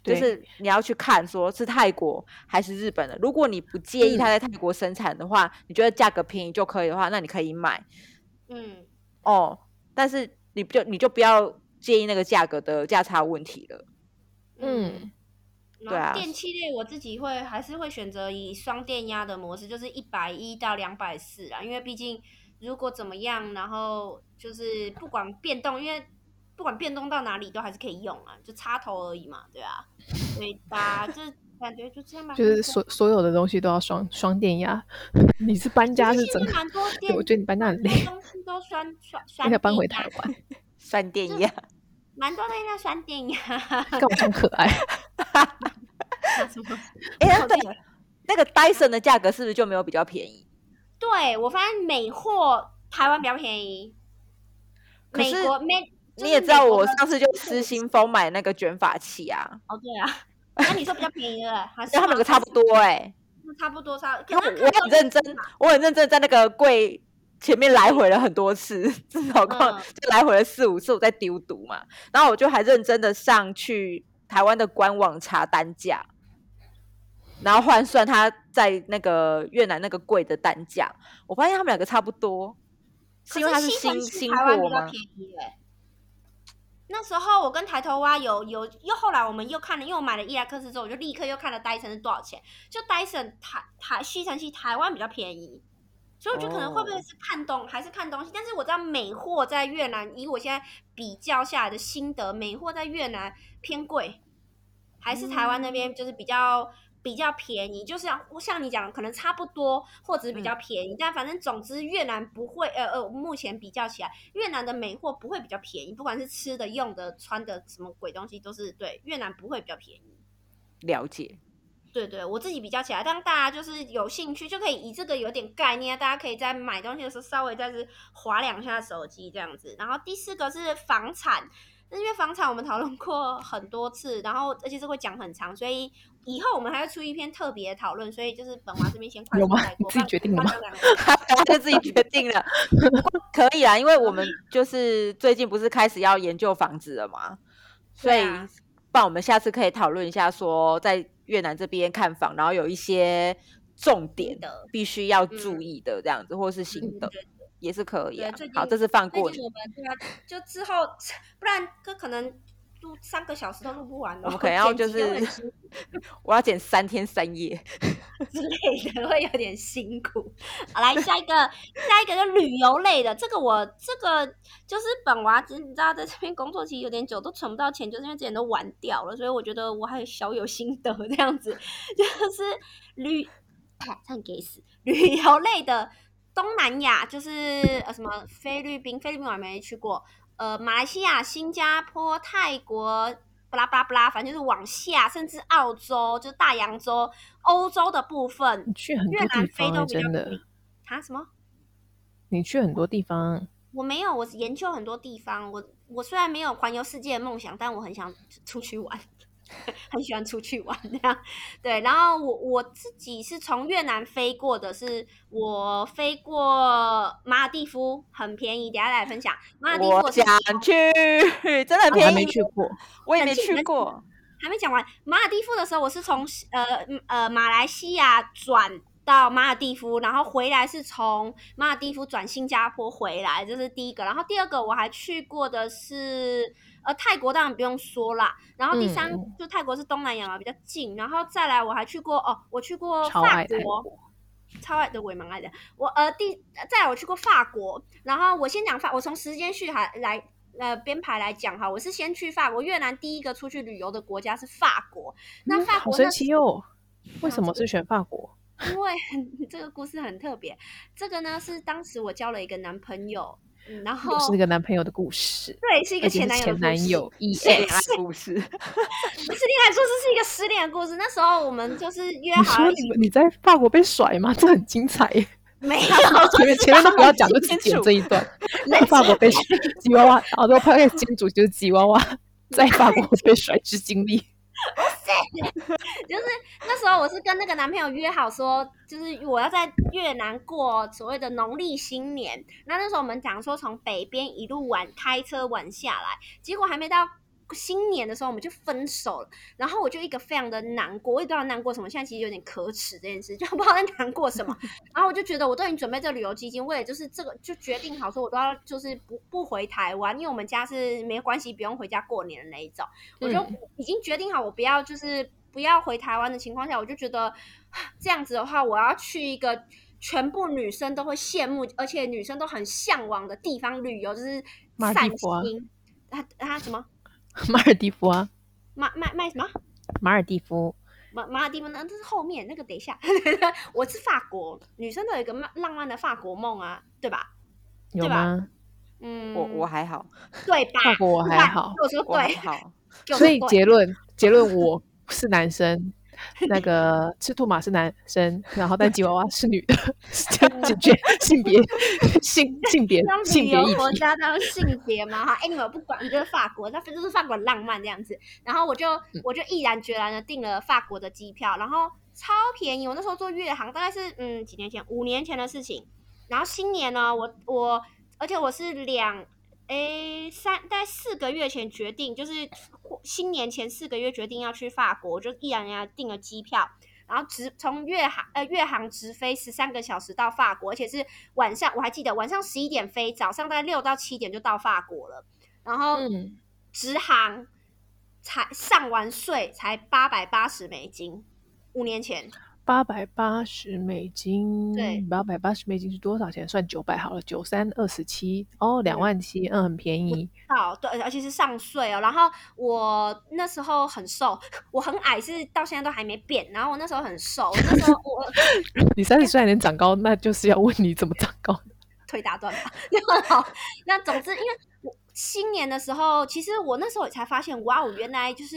C: 就
A: 对
C: 是你要去看，说是泰国还是日本的。如果你不介
A: 嗯
C: 意它在泰国生产的话，你觉得价格便宜就可以的话，那你可以买
B: 嗯，
C: 哦。但是你不就你就不要介意那个价格的价差问题了。
A: 嗯，
C: 对
B: 然
C: 啊
B: 后电器类我自己会还是会选择以双电压的模式，就是一百一到两百四啊，因为毕竟如果怎么样，然后就是不管变动，因为不管变动到哪里都还是可以用啊，就插头而已嘛，对啊，所以大家就是感觉就这样吧，
A: 就是
B: 这样
A: 所所有的东西都要双双电压。 你是搬家
B: 其
A: 是
B: 实
A: 整
B: 现在
A: 个，
B: 蛮多
A: 对
B: 电，
A: 我觉得你搬家很
B: 很多
A: 累，
B: 东西都酸酸
A: 而
B: 酸
A: 且
B: 电
A: 搬回
B: 压
A: 台湾，
C: 算电
B: 这
C: 压，
B: 蛮多东西在酸电压，
A: 干嘛这么可爱？
C: 哎、那
B: 我
C: 个
B: 记得
C: 那个 Dyson 的价格是不是就没有比较便宜？
B: 对我发现美货台湾比较便宜，
C: 可
B: 美
C: 是
B: 国美就是
C: 你也知道
B: 美国
C: 我
B: 的
C: 上次就失心疯买那个卷发器啊，
B: 哦，对啊， 那你说比较便宜了，还是
C: 就他们两个差不多哎、
B: 差不多差，可
C: 因为
B: 是
C: 我我很认真，我很认真在那个柜前面来回了很多次，至少逛、
B: 嗯
C: 就来回了四五次，我在丢毒嘛。然后我就还认真的上去台湾的官网查单价，然后换算他在那个越南那个柜的单价，我发现他们两个差不多，是因为它
B: 是西
C: 新
B: 门
C: 新
B: 台湾
C: 货
B: 比较
C: 吗
B: 便？宜哎、那时候我跟抬头蛙有有，又后来我们又看了，因为我买了伊莱克斯之后，我就立刻又看了戴森是多少钱。就戴森台台吸尘器台湾比较便宜，所以我觉得可能会不会
C: 哦
B: 是看东、还是看东西？但是我知道美货在越南，以我现在比较下来的心得，美货在越南偏贵，还是台湾那边就是比较。比较便宜，就是我像你讲，可能差不多，或者是比较便宜，但反正总之越南不会，呃呃，目前比较起来，越南的美货不会比较便宜，不管是吃的、用的、穿的什么鬼东西，都是对越南不会比较便宜。
C: 了解，
B: 对对，我自己比较起来，但大家就是有兴趣就可以以这个有点概念，啊大家可以在买东西的时候稍微再是划两下手机这样子。然后第四个是房产，那因为房产我们讨论过很多次，然后而且是会讲很长，所以以后我们还会出一篇特别讨论，所以就是本娃这边先快
A: 有
B: 速
A: 吗
B: 带过，
A: 你自己决定了吗
B: 不然我们
C: 他 就自己决定了，可以啦，因为我们就是最近不是开始要研究房子了嘛，所以
B: 对啊
C: 不然我们下次可以讨论一下，说在越南这边看房，然后有一些重点
B: 心得
C: 必须要
B: 嗯
C: 注意的这样子，或 是心得也是可以
B: 对
C: 啊
B: 最。近
C: 好，这次放
B: 最
C: 过你
B: 近，我们对啊，就之后，不然这可能录三个小时都录不完哦。
C: 我们可能要就
B: 剪辑会很
C: 是我要剪三天三 夜，
B: 之类的，会有点辛苦。好，来下一个，下一个就旅游类的，这个我这个就是本娃，你知道在这边工作其实有点久，都存不到钱，就是因为之前都玩掉了，所以我觉得我还小有心得这样子， 就是旅，哎差点给死，旅游类的东南亚就是呃什么菲律宾，菲律宾我还没去过，呃马来西亚、新加坡、泰国。巴拉巴拉巴拉，反正就是往下，甚至澳洲，就是大洋洲、欧洲的部分
A: 你，去很
B: 越
A: 多
B: 南
A: 地
B: 飞
A: 方、
B: 都
A: 欸，
B: 比较
A: 真的
B: 便宜，啊什么？
A: 你去很多地方，
B: 我没有，我研究很多地方。我我虽然没有环游世界的梦想，但我很想出去玩， 很喜欢出去玩这样。对，然后我我自己是从越南飞过的是，我飞过马尔蒂夫，很便宜，等一下来分享。马尔蒂夫
C: 我
B: 是
C: 想去，真的
A: 啊我还
C: 很便
A: 没
C: 宜，哦
A: 去过。
C: 我也
B: 想
C: 没
B: 去
C: 去
B: 但是
C: 过。
B: 还没讲完，马尔蒂夫的时候，我是从呃嗯呃马来西亚转到马尔蒂夫，然后回来是从马尔蒂夫转新加坡回来，这是第一个。然后第二个我还去过的是呃泰国，当然不用说啦。然后第三、
A: 嗯
B: 就泰国是东南亚嘛，比较近。然后再来我还去过哦，我去过
A: 超
B: 法
A: 爱泰
B: 国。超爱的我也蛮爱的，我呃第再来我去过法国，然后我先讲法，我从时间序还来呃编排来讲哈，我是先去法国，越南第一个出去旅游的国家是法国，那
A: 嗯，
B: 法
A: 好
B: 国
A: 神
B: 那
A: 奇哦！
B: 啊
A: 为什么是选法国？
B: 因为这个故事很 特别，这个呢是当时我交了一个男朋友，嗯然后
A: 又是那个男朋友的故事，
B: 对是一
A: 而
B: 个
A: 且
B: 前
A: 是
B: 男友的
A: 前
B: 故
A: 男
B: 事
A: 友 E
C: 是恋
A: X，
C: 爱故事，
B: 不是恋爱故事，是一个失恋的故事。那时候我们 就是约
A: 你
B: 好
A: 说
B: 要一
A: 你
B: 起，
A: 们你在法国被甩吗？这很精彩耶！
B: 没 有
A: 前面前面都不要讲，就只
C: 清
A: 剪
C: 楚
A: 这一 段。在法国被 甩吉娃娃，然后这个 p o d 金主就是吉娃娃在法国被甩之经历。
B: 就是那时候我是跟那个男朋友约好说，就是我要在越南过所谓的农历新年。那那时候我们讲说从北边一路玩，开车玩下来，结果还没到。新年的时候我们就分手了，然后我就一个非常的难过，我也不知道难过什么，现在其实有点可耻这件事， 就不知道在难过什 么。然后我就觉得我都已经准备这个旅游基金，我也就是这个就决定好说，我都要就是不不回台湾，因为我们家是没关系，不用回家过年的那一种。我
A: 嗯
B: 就已经决定好，我不要就是不要回台湾的情况下，我就觉得 这样子的话，我要去一个全部女生都会羡慕，而且女生都很向往的地方旅游，就是
A: 马尔
B: 散
A: 地夫啊
B: 心。啊啊什么
A: 马尔蒂夫啊，
B: 马马卖什么？
A: 马尔蒂夫，
B: 马马尔地夫呢？这是后面那个，等一下， 我是法国女生都有一个浪浪漫的法国梦啊，对吧？
A: 有
B: 对吧
A: 吗？
B: 嗯，
C: 我我还好，
B: 对吧？
A: 法国我还好
B: 对我说
C: 我还
B: 对，
C: 好。
B: 给我
A: 所
B: 说
A: 以
B: 对
A: 结论结论，我是男生， 那个赤兔马是男生，然后但吉娃娃是女的，这样解决 性别性性别
B: 当
A: 性
B: 旅
A: 别
B: 游
A: 议
B: 国
A: 题。
B: 家当性别嘛，哈，哎，你们不管，就是法国，那就是法国浪漫这样子。然后我就
A: 嗯
B: 我就毅然决然的订了法国的机票，然后超便宜，我那时候坐越航，大概是嗯几年前，五年前的事情。然后新年呢，我我而且我是两诶三大概四个月前决定，就是新年前四个月决定要去法国，我就毅然决然订了机票。然后直从越航呃越航直飞十三个小时到法国，而且是晚上我还记得晚上十一点飞，早上大概六到七点就到法国了。然后
A: 嗯，
B: 直航才上完税才八百八十美金，五年前
A: 八百八十美金，
B: 对
A: 八百八十美金是多少钱？算九百好了，九三二十七，哦，两万七，嗯，很便宜。
B: 到对，而且是上税哦。然后我那时候很瘦， 我很矮，是到现在都还没变。然后我那时候很瘦，我那时候我
A: 你三十岁还能长高，那就是要问你怎么长高。
B: 腿打断吧。 然后那总之，因为我新年的时候，其实我那时候也才发现，哇哦，原来就是。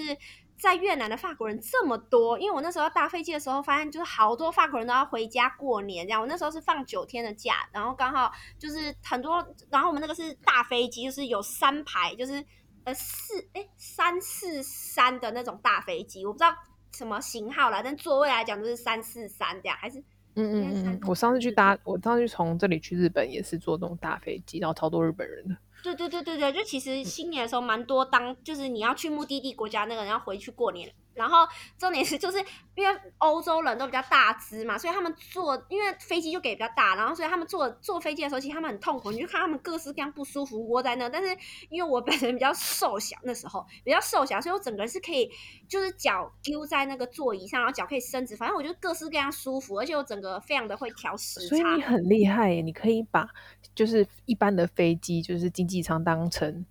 B: 在越南的法国人这么多，因为我那时候搭飞机的时候，发现就是好多法国人都要回家过年这样。我那时候是放九天的假，然后刚好就是很多，然后我们那个是大飞机，就是有三排，就是呃四哎三四三的那种大飞机，我不知道什么型号啦，但座位来讲就是三四三这样，还是
A: 嗯
B: 应该
A: 嗯嗯
B: 三
A: 嗯，我上次去搭，我上次从这里去日本也是坐那种大飞机，然后超多日本人的。
B: 对对对对对，就其
A: 嗯
B: 实新年的时候蛮多当，就是你要去目的地国家那个，然后回去过年。然后重点是，就是因为欧洲人都比较大只嘛，所以他们坐，因为飞机就给比较大，然后所以他们坐坐飞机的时候，其实他们很痛苦，你就看他们各式各样不舒服窝在那。但是因为我本人比较瘦小，那时候比较瘦小，所以我整个人是可以，就是脚丢在那个座椅上，然后脚可以伸直，反正我就各式各样舒服，而且我整个非常的会调时差。
A: 所以你很厉害耶，你可以把就是一般的飞机，就是经济舱当成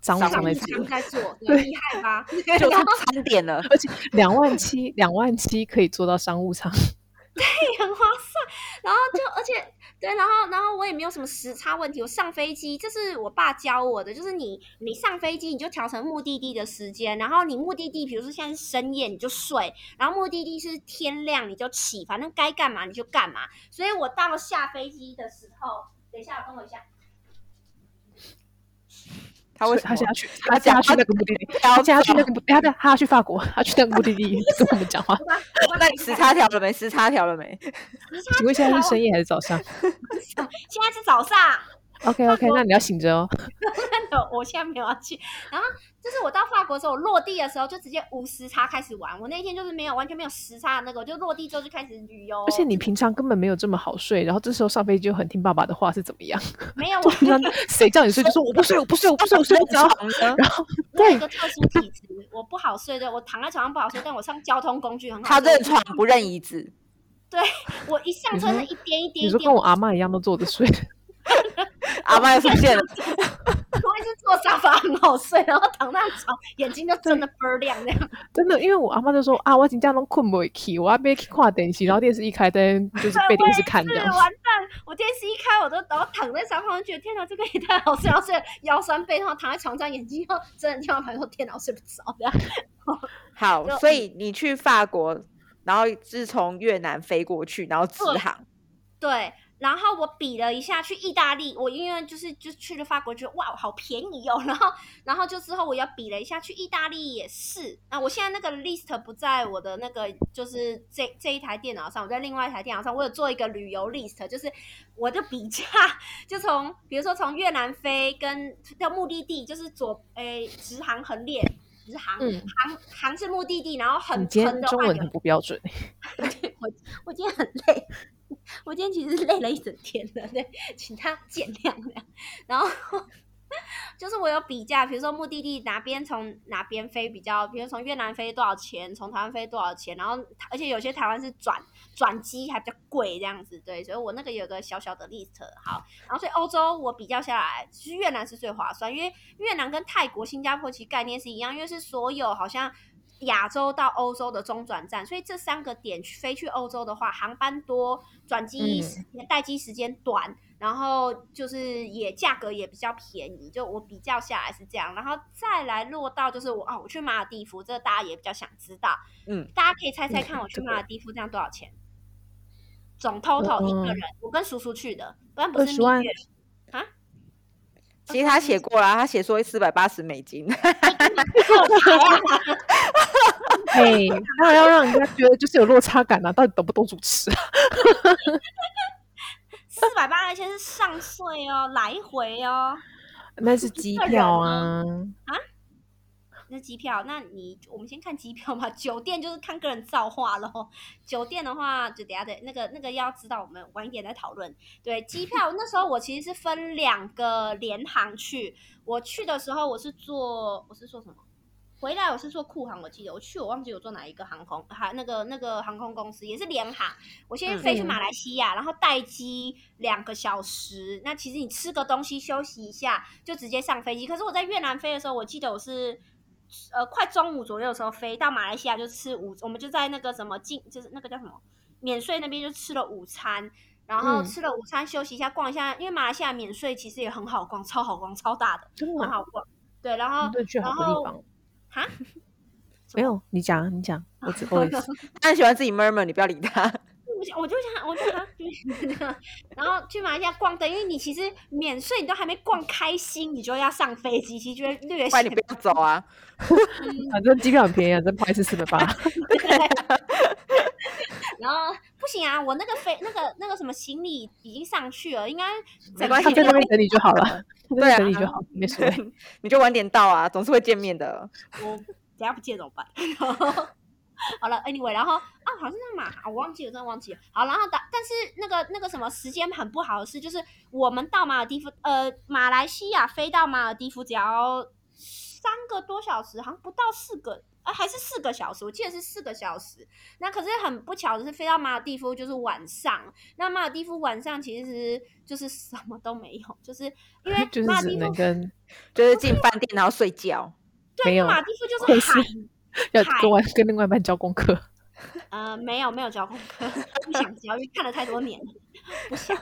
A: 商务
C: 商
A: 舱
B: 上
A: 在
B: 一
A: 坐，
B: 场在 做，对，厉害吧？
C: 就
B: 然
C: 是
B: 后
C: 餐点了。
A: 而且两万七，两万七可以做到商务舱。
B: 很划算。然后就而且对，然后然后我也没有什么时差问题。我上飞机，这是我爸教我的，就是你你上飞机你就调成目的地的时间，然后你目的地比如说现在是深夜你就睡，然后目的地是天亮你就起，反正该干嘛你就干嘛。所以我到了下飞机的时候，等一下等我一下，
C: 他为什
A: 他
C: 么
A: 现在去，他现在去那个目的地，他现在去那个目，哎他他要去法国，他去那个目的地跟我们讲话。
B: 我把我把
C: 那你时差调了没？时差调了 没？
A: 请问现在是深夜还是早 上
B: 现在是早上。
A: ？OK OK，那你要醒着哦。
B: 我现在没有要去。然后就是我到法国的时候，我落地的时候就直接无时差开始玩。我那一天就是没有完全没有时差的那个，我就落地之后就开始旅游。
A: 而且你平常根本没有这么好睡，然后这时候上飞机就很听爸爸的话是怎么样？
B: 没 有 我
A: 通常谁叫你睡就说我不睡，我不睡，我不睡，我睡不 着。
C: 床呢？
A: 然后
B: 我有一
A: 对
B: 个特殊体质，我不好睡，对我躺在床上不好睡，但我上交通工具很好
C: 他
B: 睡。
C: 认床不认椅子，
B: 我一上车是一颠一颠一
A: 你说
B: 颠，
A: 跟我
B: 我
A: 阿妈一样都坐着睡，
C: 阿妈又出现了。
B: 我一直坐沙发很好睡，然后躺在床，眼睛就真的倍儿亮这样。
A: 真的，因为我阿妈就说啊，我今天都困不起，我要被跨电视，然后电视一开灯就是被电视看这
B: 是
A: 样
B: 完。蛋！我电视一开，我都然后躺在沙发上，觉得天哪，这个也太好睡，然后睡得腰酸背痛，躺在床上，眼睛又真的天花板，说天哪，我睡不着这样。
C: 好
B: 就，
C: 所以你去法国，然后是从越南飞过去，然后直
B: 对
C: 航。
B: 对，然后我比了一下去意大利，我因为就是就去了法国，觉得哇好便宜哦，然后然后就之后我要比了一下去意大利也是，啊，我现在那个 list 不在我的那个就是这这一台电脑上，我在另外一台电脑上，我有做一个旅游 list，就是我的比价，就从比如说从越南飞跟的目的地就是左诶直航横列。直航，
A: 嗯
B: 航航是目的地，然后
A: 你
B: 横
A: 今
B: 横
A: 天
B: 的
A: 中
B: 话
A: 文
B: 有
A: 很不标准，欸
B: 我我今天很累， 我今天其实累了一整天了，对，请他见谅 这样。然后就是我有比价，比如说目的地哪边从哪边飞比较，比如从越南飞多少钱，从台湾飞多少钱，然后而且有些台湾是转转机还比较贵这样子，对，所以我那个有个小小的 list 好，然后所以欧洲我比较下来，其实越南是最划算，因为越南跟泰国、新加坡其实概念是一样，因为是所有好像亚洲到欧洲的中转站，所以这三个点去飞去欧洲的话，航班多，转机
A: 嗯
B: 时待机时间短，然后就是也价格也比较便宜，就我比较下来是这样，然后再来落到就是我啊，我去马尔地夫，这个大家也比较想知道，
C: 嗯，
B: 大家可以猜猜看，我去马尔地夫这样多少钱？总 total 一个人，我跟叔叔去的，不然不是蜜
A: 20万
B: 月
C: 其实他写过啦，他写说四百八十美金，
A: 嘿，当然要让人家觉得就是有落差感啊，到底懂不懂主持啊？
B: 四百八，而且是上税哦，来回哦。
A: 那是机票啊，
B: 那机票，那你我们先看机票吧。酒店就是看个人造化咯。酒店的话，就等一下对那个那个要知道，我们晚一点再讨论。对，机票那时候我其实是分两个联航去，我去的时候我是坐我是坐什么？回来我是坐库航，我记得我去我忘记我坐哪一个航空，还那个那个航空公司也是联航。我先飞去马来西亚，然后待机两个小时。那其实你吃个东西休息一下，就直接上飞机。可是我在越南飞的时候，我记得我是呃快中午左右的时候飞到马来西亚，就吃午，我们就在那个什么进，就是那个叫什么免税那边就吃了午餐。然后
A: 嗯
B: 吃了午餐，休息一下，逛一下，因为马来西亚免税其实也很好逛，超好逛，超大的，
A: 真的啊
B: 很
A: 吗，
B: 好逛。对，哦然
C: 嗯
B: 后
A: 对，去好多地方。
B: 哈，哦
A: 没有，你讲，啊你讲，我只 我也是
C: 他很喜欢自己 murmur，你不要理他。
B: 我想，我就想，我就想，就是然后去马来西亚逛的，因为你其实免税，你都还没逛开心，你就要上飞机，其实就会略
C: 不然
B: 显
C: 你不要走 啊！
A: 反正机票很便宜啊，真不好意思，四百八。
B: 然后不行啊，我那个飞那个那个什么行李已经上去了，应该
C: 没关系
A: 他在那边等你就好了，他在那
C: 对啊
A: 边等你就好，没所谓。
C: 你就晚点到啊，总是会见面的。
B: 我等一下不见怎么办？ 然后好了，anyway，然后啊，好像在马，啊我忘记了，真的忘记了。好，然后但但是那个那个什么时间很不好的事，就是我们到马尔地夫，呃，马来西亚飞到马尔地夫只要三个多小时，好像不到四个。啊，还是四个小时，我记得是四个小时。那可是很不巧的是，飞到马尔地夫就是晚上。那马尔地夫晚上其实就是什么都没有，就是因
A: 就
B: 为
A: 是
B: 马尔
A: 只
B: 地
A: 能
B: 夫
A: 跟
C: 就是进饭店然后睡觉，
A: 没
B: 对，因
A: 有
B: 为马尔地夫就是
A: 会是
B: 海，
A: 要
B: 海
A: 跟外跟另外一半交功课。
B: 呃，没有没有交功课，不想交，因为看了太多年了，不想。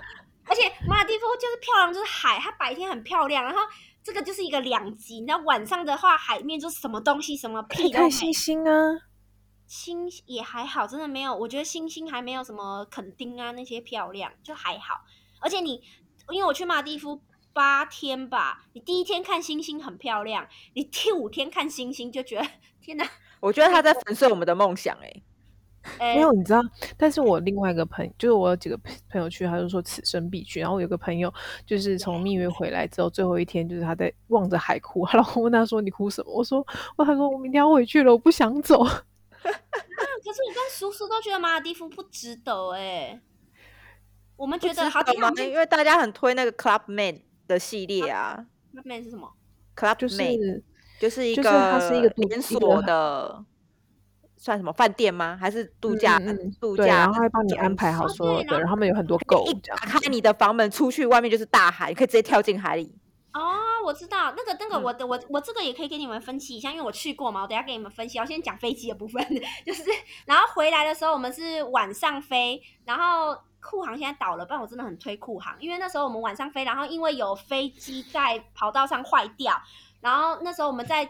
B: 而且马尔地夫就是漂亮，就是海，它白天很漂亮，然后这个就是一个两极。那晚上的话，海面就是什么东西什么屁都
A: 看
B: 没，
A: 星星啊，
B: 星也还好，真的没有。我觉得星星还没有什么垦丁啊那些漂亮，就还好。而且你，因为我去马尔地夫八天吧，你第一天看星星很漂亮，你第五天看星星就觉得天哪，
C: 我觉得他在粉碎我们的梦想哎、
B: 呃
A: 没，有你知道？但是我另外一个朋就是我有几个朋朋友去，他就说此生必去。然后我有个朋友就是从蜜月回来之后，最后一天就是他在望着海哭，她老公问他说：“你哭什么？”我说：“我他说我明天要回去了，我不想走。
B: 可是我跟叔叔都觉得马尔地夫不值得哎、我们觉
C: 知
B: 得好
C: 道
B: 几
C: 吗
B: 趟？
C: 因为大家很推那个 Club Man 的系列啊
B: 那边是什么？
C: ，Club Man
A: 就
C: 就是是一
A: 就
C: 个
A: 是它是一个度
C: 连
A: 一个
C: 锁的，算什么饭店吗？还是度假、
A: 嗯嗯嗯
C: 度假
A: 对，
C: 公司？
A: 然后他会帮你安排好
B: 哦
A: 所有
B: 对
A: 的，
B: 然
A: 然后他们有很多
C: 就
A: 狗
C: 一
A: 这
C: 打
A: 样。
C: 开你的房门，出去外面就是大海，你可以直接跳进海里。
B: 哦，我知道那个那个
C: 嗯
B: 我，的我我这个也可以给你们分析一下，因为我去过嘛，我等一下给你们分析。我先讲飞机的部分， 就是然后回来的时候我们是晚上飞，然后库航现在倒了，不然我真的很推库航，因为那时候我们晚上飞，然后因为有飞机在跑道上坏掉，然后那时候我们在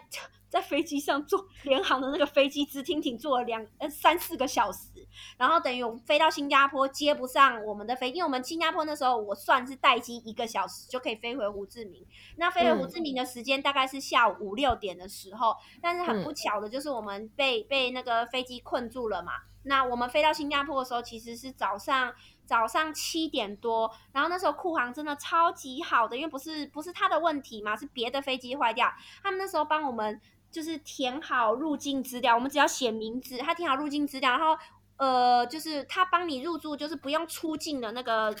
B: 在飞机上坐联航的那个飞机直挺挺坐了两呃三四个小时，然后等于我们飞到新加坡接不上我们的飞，因为我们新加坡那时候我算是待机一个小时就可以飞回胡志明，那飞回胡志明的时间大概是下午五六点的时候，但是很不巧的就是我们被被那个飞机困住了嘛。那我们飞到新加坡的时候，其实是早上早上七点多，然后那时候库航真的超级好的，因为不是不是他的问题嘛，是别的飞机坏掉，他们那时候帮我们就是填好入境资料，我们只要写名字，他填好入境资料，然后呃，就是他帮你入住，就是不用出境的那个，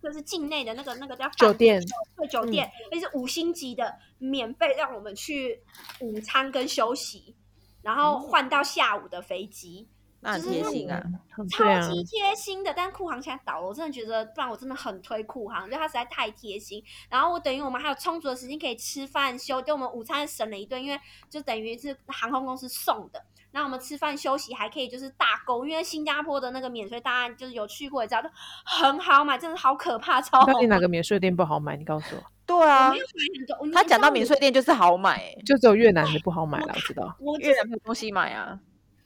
B: 就是境内的那个那个叫饭
A: 酒店，嗯
B: 对酒店，而且是五星级的，免费让我们去午餐跟休息，然
A: 嗯
B: 后换到下午的飞机。
C: 那很
B: 就是
C: 贴
B: 那
C: 心啊！
A: 嗯对
B: 超
A: 啊，
B: 级贴心的，但酷航现在倒了，我真的觉得，不然我真的很推酷航，因为它实在太贴心。然后我等于我们还有充足的时间可以吃饭休，对我们午餐省了一顿，因为就等于是航空公司送的。然后我们吃饭休息还可以就是大购，因为新加坡的那个免税大案就是有去过也知道，就很好买，真的好可怕，超好
A: 到底哪
B: 买。
A: 个免税店不好买？你告诉我，
C: 对啊
B: 没，有买很多，你
C: 他
B: 知
C: 讲
B: 道
C: 到免
B: 我
C: 税店就是好买、欸，
A: 就只有越南的不好买了，我知道。
B: 我
C: 越南没有东西买啊。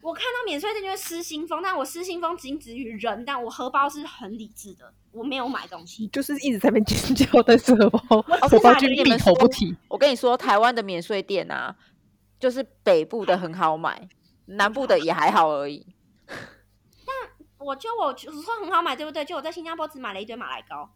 B: 我看到免税店就会失心疯，但我失心疯仅止于人，但我荷包是很理智的，我没有买东西。
A: 就是一直在那边尖叫，但哦是荷包 荷
C: 只
A: 包
C: 想
A: 君
C: 跟你
A: 闭
C: 们
A: 口不
C: 说
A: 提。
C: 我跟你说，台湾的免税店啊，就是北部的很好买，南部的也还好而已。
B: 我就我就说很好买，对不对？就我在新加坡只买了一堆马来 糕，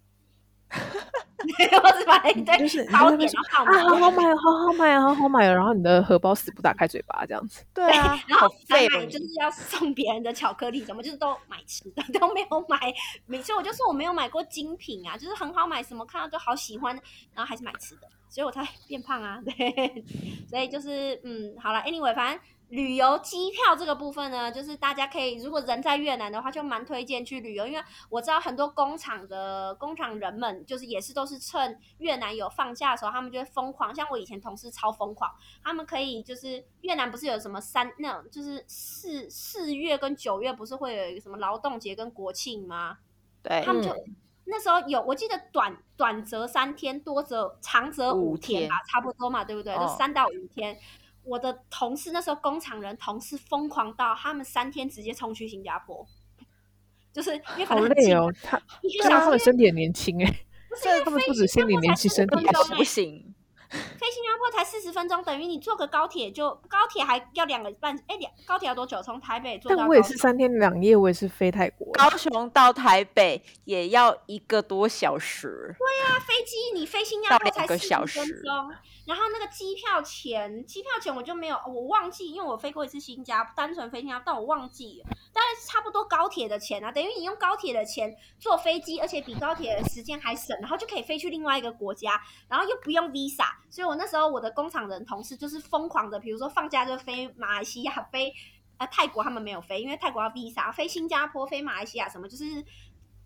B: 我只买了一
A: 就
B: 堆
A: 是你
B: 糕
A: 在那边
B: 点，然后泡
A: 啊，好
B: 馍，
A: 好买，好好买，哦好好买，然后你的荷包死不打开嘴巴这样子。
C: 对啊，
B: 哎然
C: 好
B: 后还
C: 废
B: 买
C: 哦
B: 就
C: 你。
B: 是要送别人的巧克力，什么就是都买吃的， 都没有买。每次我就说我没有买过精品啊，就是很好买，什么看到都好喜欢，然后还是买吃的，所以我才 变胖啊。对，所以就是嗯，好了，anyway，反正旅游机票这个部分呢，就是大家可以如果人在越南的话，就蛮推荐去旅游，因为我知道很多工厂的工厂人们，就是也是都是趁越南有放假的时候，他们就会疯狂，像我以前同事超疯狂。他们可以就是越南不是有什么三那种就是四四月跟九月不是会有一个什么劳动节跟国庆吗？
C: 对
B: 他，们就、那时候有，我记得短短则三天，多则长则
C: 五
B: 五天吧，差不多嘛，对不对？就
C: 哦
B: 三到五天。我的同事那时候工厂人同事疯狂到他们三天直接冲去新加坡，就是因为反
A: 好
B: 正很
A: 累
B: 近
A: 哦，他
B: 一个
A: 但
B: 小
A: 他
B: 时
A: 们身体很年轻哎，
B: 不是因为
A: 他们
B: 飞
A: 不止
B: 新加
A: 心理
B: 坡
A: 年
B: 才
A: 轻，
B: 40
A: 身体
B: 分
A: 也
B: 钟
A: 是
B: 欸
C: 不行，
B: 飞新加坡才四十分钟，等于你坐个高铁就高铁还要两个半，哎、两高铁要多久？从台北坐到
A: 但
B: 高
A: 我也是
B: 雄
A: 三天两夜，我也是飞泰国欸。
C: 高雄到台北也要一个多小时。
B: 飞机你飞新加坡
C: 到两
B: 才
C: 个
B: 四
C: 小
B: 十分
C: 时
B: 钟，然后那个机票钱，机票钱我就没有，我忘记，因为我飞过一次新加坡，单纯飞新加坡，但我忘记了，大概是差不多高铁的钱啊，等于你用高铁的钱坐飞机，而且比高铁的时间还省，然后就可以飞去另外一个国家，然后又不用 visa，所以我那时候我的工厂人同事就是疯狂的，比如说放假就飞马来西亚飞。呃，泰国他们没有飞，因为泰国要 visa，飞新加坡、飞马来西亚什么，就是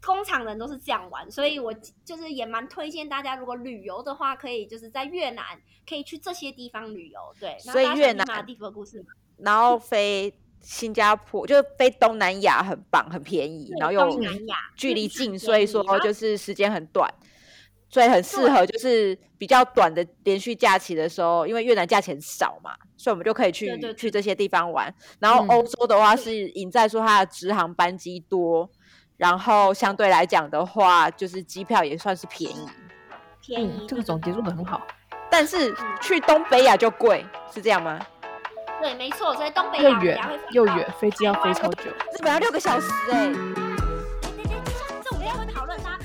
B: 工厂人都是这样玩，所以我就是也蛮推荐大家，如果旅游的话，可以就是在越南可以去这些地方旅游。对，然后
C: 所以
B: 大家
C: 越
B: 想听
C: 南
B: 马尔地夫的故事吗？
C: 然后飞新加坡，就是飞东南亚很棒，很便宜，然后又
B: 东南亚
C: 距离近，
B: 嗯
C: 所以说就是时间很短，所以很适合就是比较短的连续假期的时候，因为越南假期很少嘛，所以我们就可以去
B: 对对
C: 去这些地方玩。然后
A: 嗯
C: 欧洲的话是赢在说它的直航班机多，然后相对来讲的话，就是机票也算是便宜，
B: 便宜
A: 嗯，这个总结做的很好。
C: 但
B: 嗯
C: 是去东北亚就贵，是这样吗？
B: 对，没错，所以东北
A: 又
B: 亚
A: 远
B: 我们等一下会
A: 又
B: 讲到
A: 远，飞机要飞超久。
C: 日本要六个小时哎、
B: 对对对，这这我们要讨论大家。